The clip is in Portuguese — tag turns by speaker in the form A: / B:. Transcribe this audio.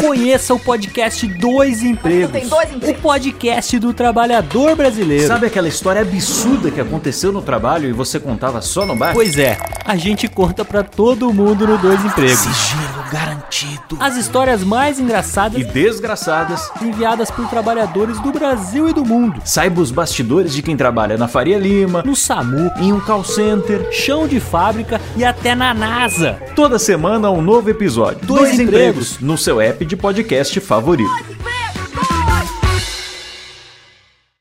A: conheça o podcast Dois Empregos.
B: Tem dois empregos.
A: O podcast do trabalhador brasileiro.
C: Sabe aquela história absurda que aconteceu no trabalho e você contava só no bar?
A: Pois é, a gente conta pra todo mundo no Dois Empregos.
C: Sigilo garantido.
A: As histórias mais
C: E
A: engraçadas
C: desgraçadas.
A: enviadas por trabalhadores do Brasil e do mundo.
C: Saiba os bastidores de quem trabalha na Faria Lima,
A: No SAMU,
C: em um call center.
A: chão de fábrica e até na NASA.
C: Toda semana um novo episódio.
A: Dois empregos.
C: no seu app de podcast favorito.